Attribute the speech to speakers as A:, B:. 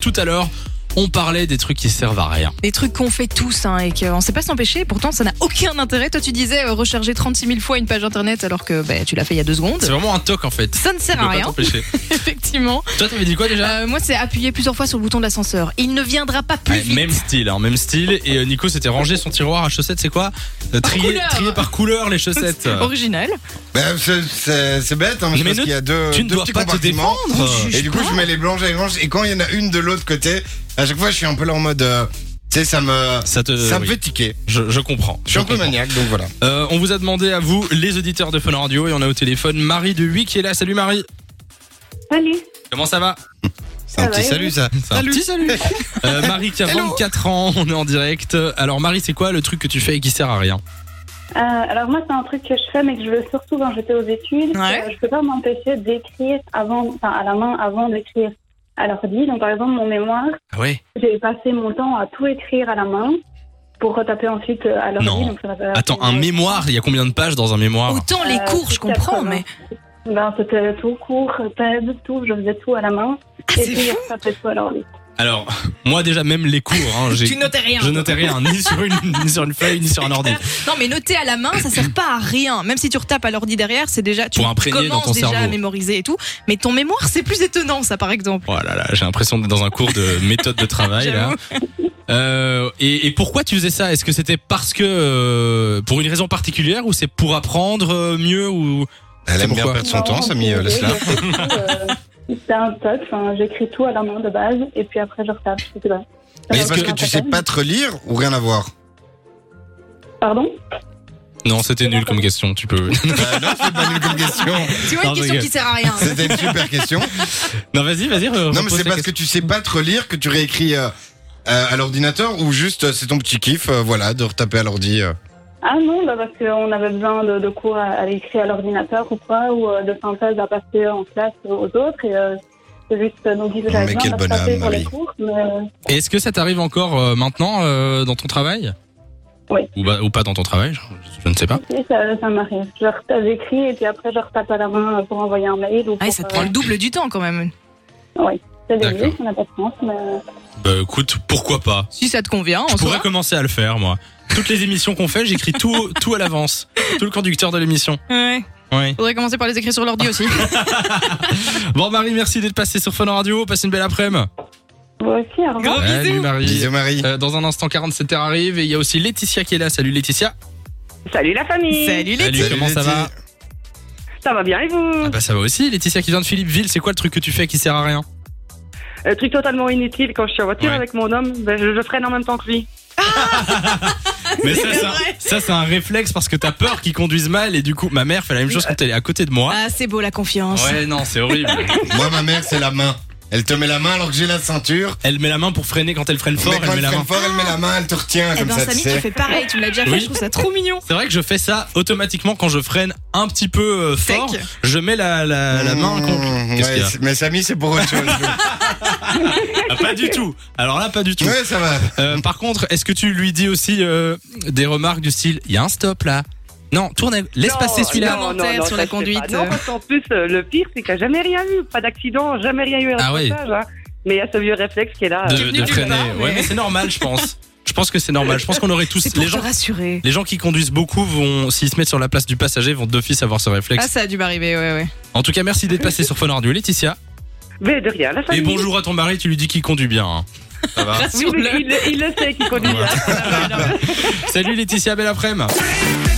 A: Tout à l'heure, on parlait des trucs qui servent à rien.
B: des trucs qu'on fait tous hein, et qu'on ne sait pas s'empêcher. Pourtant, ça n'a aucun intérêt. Toi, tu disais euh, recharger 36 000 fois une page internet alors que bah, tu l'as fait il y a deux
A: C'est
B: secondes.
A: vraiment un toc en fait.
B: Ça ne sert
A: Tu peux
B: à
A: pas
B: rien,
A: t'empêcher.
B: effectivement.
A: Toi, t'avais dit quoi déjà
B: Euh, moi, c'est appuyer plusieurs fois sur le bouton de l'ascenseur. Il ne viendra pas plus
A: Ouais,
B: vite.
A: Même style, hein, même style. Et euh, Nico s'était rangé son tiroir à chaussettes, c'est quoi Euh, trier,
B: couleur.
A: trier par couleur les chaussettes.
B: C'est original.
C: Bah, c'est- c'est c'est bête, hein,
A: Mais
C: je pense
A: ne-
C: qu'il y a deux,
A: tu ne
C: deux
A: dois
C: petits
A: pas te
C: compartiments.
A: défendre. Euh,
B: Je
C: Et
B: juge
C: du coup,
B: pas.
C: je mets les blanches et les blanches. Et quand il y en a une de l'autre côté, à chaque fois, je suis un peu là en mode. euh, tu sais, ça me.
A: Ça te.
C: ça me
A: Euh, oui,
C: fait tiquer.
A: je, je comprends.
C: Je suis un peu
A: comprends.
C: maniaque, donc voilà.
A: Euh, on vous a demandé à vous, les auditeurs de Fun Radio, et on a au téléphone Marie de 8 qui est là. Salut Marie.
D: Salut.
A: Comment ça va
C: C'est un
D: va,
C: petit
D: et
C: salut, ça.
A: C'est un petit salut. Euh, Marie qui a
C: Hello.
A: 24 ans, on est en direct. Alors Marie, c'est quoi le truc que tu fais et qui sert à rien
D: Euh, alors moi, c'est un truc que je fais, mais que je veux surtout quand j'étais aux études.
B: Ouais.
D: Euh, je peux pas m'empêcher d'écrire avant, enfin à la main avant d'écrire à l'ordi. Donc par exemple, mon mémoire,
A: Ah ouais
D: j'ai passé mon temps à tout écrire à la main pour retaper ensuite euh, à l'ordi.
A: Non.
D: donc ça va
B: Ah,
D: faire-
A: Attends, un mémoire, il y a combien de pages dans un mémoire
B: Autant les
D: Euh,
B: cours, je comprends,
D: 80.
B: mais
D: Ben, c'était tout court, TED, tout, je faisais tout à la main. et
B: Ah, c'est
D: puis, je retapais tout à l'ordi.
A: Alors, moi déjà, même les cours, hein, j'ai-
B: tu notais rien.
A: je notais rien, ni sur une, ni sur une feuille, ni sur un ordi.
B: Non, mais noter à la main, ça sert pas à rien. Même si tu retapes à l'ordi derrière, c'est déjà tu
A: Pour imprégner dans
B: commences
A: ton
B: déjà à
A: cerveau.
B: mémoriser et tout. Mais ton mémoire, c'est plus étonnant, ça, par exemple.
A: Oh là là, j'ai l'impression d'être dans un cours de méthode de travail. là. Euh, et, et pourquoi tu faisais ça Est-ce que c'était parce que euh, pour une raison particulière ou c'est pour apprendre euh, mieux ou
C: Elle aime bien
A: pourquoi
C: perdre son temps, Samy, euh, laisse-la.
D: euh, C'est un top, enfin, j'écris tout à la main de base, et puis après je retape. c'est tout.
C: Mais
D: Ça
C: c'est
D: va
C: parce que
D: faire
C: tu
D: un
C: sais
D: pattern.
C: pas te relire ou rien à voir
D: Pardon
A: Non, c'était nul comme question. Tu peux.
C: Bah Non, c'est pas nul comme question.
B: Tu vois,
A: Non, je
B: une question
A: rigole.
B: qui sert à rien.
C: C'était une super question.
A: non, vas-y, vas-y.
C: Non, mais c'est parce que tu sais pas te relire que tu réécris euh, euh, à l'ordinateur ou juste euh, c'est ton petit kiff, euh, voilà, de retaper à l'ordi. euh.
D: Ah non, bah parce qu'on avait besoin de, de cours à, à l'écrit à l'ordinateur ou quoi, ou euh, de synthèse à passer en classe aux autres. Et euh, c'est juste euh, donc
C: Oh,
D: j'avais
C: mais
D: besoin
C: quel
D: de passer
C: bonhomme,
D: pour les
C: Marie.
D: cours. Mais euh,
A: Est-ce que ça t'arrive encore euh, maintenant euh, dans ton travail
D: Oui.
A: Ou, bah- ou pas dans ton travail je- Je ne sais pas.
D: si, ça, ça m'arrive. Je reta- J'écris et puis après je retape à la main pour envoyer un mail ou.
B: Ah,
D: pour,
B: ça te
D: euh,
B: prend le double du temps quand même.
D: c'est dégueu,
A: D'accord.
D: on n'a pas de chance, mais euh,
A: Bah écoute, pourquoi pas
B: Si ça te convient,
A: Je
B: en
A: pourrais
B: soi.
A: commencer à le faire, moi. Toutes les émissions qu'on fait, j'écris tout, tout à l'avance. Tout le conducteur de l'émission.
B: Ouais.
A: Oui.
B: Faudrait commencer par les écrire sur l'ordi aussi.
A: Bon, Marie, merci d'être passée sur Fun Radio. Passe une belle après-midi.
D: vous aussi, au revoir.
B: Gros Oh, bisous.
A: Marie.
C: Bisous, Marie.
A: Euh, dans un instant, 47 heures arrive et il y a aussi Laetitia qui est là. Salut Laetitia.
E: Salut la famille
B: Salut Letty.
A: comment ça
C: Letty.
A: va
E: Ça va bien et vous
A: Ah bah ça va aussi. Laetitia qui vient de Philippeville, c'est quoi le truc que tu fais qui sert à rien
E: Un truc totalement inutile quand je suis en voiture
A: Ouais.
E: avec mon homme, ben, je, je freine en même temps que lui.
A: Mais ça,
B: C'est
A: c'est un-
B: vrai.
A: ça, c'est un réflexe parce que t'as peur qu'ils conduisent mal et du coup, ma mère fait la même chose quand elle est à côté de moi.
B: Ah, c'est beau la confiance.
A: Ouais, non, c'est horrible.
C: Moi, ma mère, c'est la main. Elle te met la main alors que j'ai la ceinture.
A: Elle met la main pour freiner quand elle freine fort,
C: mais
A: elle
C: quand
A: met
C: elle
A: la main.
C: freine fort, elle met la main, elle te retient
B: Eh
C: comme
B: ben,
C: ça, tu
B: Samy, tu
C: sais.
B: fais pareil, tu me l'as déjà fait,
A: Oui.
B: je trouve ça trop mignon.
A: C'est vrai que je fais ça automatiquement quand je freine un petit peu euh, fort.
B: Sec.
A: Je mets la, Euh, la, la main contre.
C: Mmh,
A: Qu'est-ce
C: ouais,
A: qu'il y a
C: c'est- mais Samy, c'est pour autre chose.
A: Ah, pas du tout. Alors là, pas du tout.
C: ouais, ça va.
A: Euh, par contre, est-ce que tu lui dis aussi euh, des remarques du style il y a un stop là Non, tourne, à- laisse
E: Non,
A: passer celui-là.
E: non, non,
B: Commentaire
E: non,
B: sur
E: ça,
B: la
E: je sais
B: conduite.
E: pas. Non, parce qu'en plus, euh, le pire, c'est qu'il n'y a jamais rien eu. Pas d'accident, jamais rien eu à
A: Ah oui.
E: reportage, hein. Mais il y a ce vieux réflexe qui est là.
B: Qui est
A: de,
B: venu
A: de
B: du
A: freiner.
B: bas, mais-
A: Ouais, mais c'est normal, je pense. Je pense que c'est normal. Je pense qu'on aurait tous
B: C'est pour
A: les
B: te
A: gens.
B: rassurer.
A: Les gens qui conduisent beaucoup vont, s'ils se mettent sur la place du passager, vont d'office avoir ce réflexe.
B: Ah, ça a dû m'arriver, ouais, ouais.
A: En tout cas, merci d'être passé sur Fun Radio, Laetitia.
E: Mais de rien, la
A: Et
E: famille.
A: bonjour à ton mari, tu lui dis qu'il conduit bien. hein. Ça va.
E: Oui, mais
B: Rassure-le.
E: il, il le sait qu'il conduit.
A: Voilà.
E: bien.
A: Salut Laetitia, belle après-midi.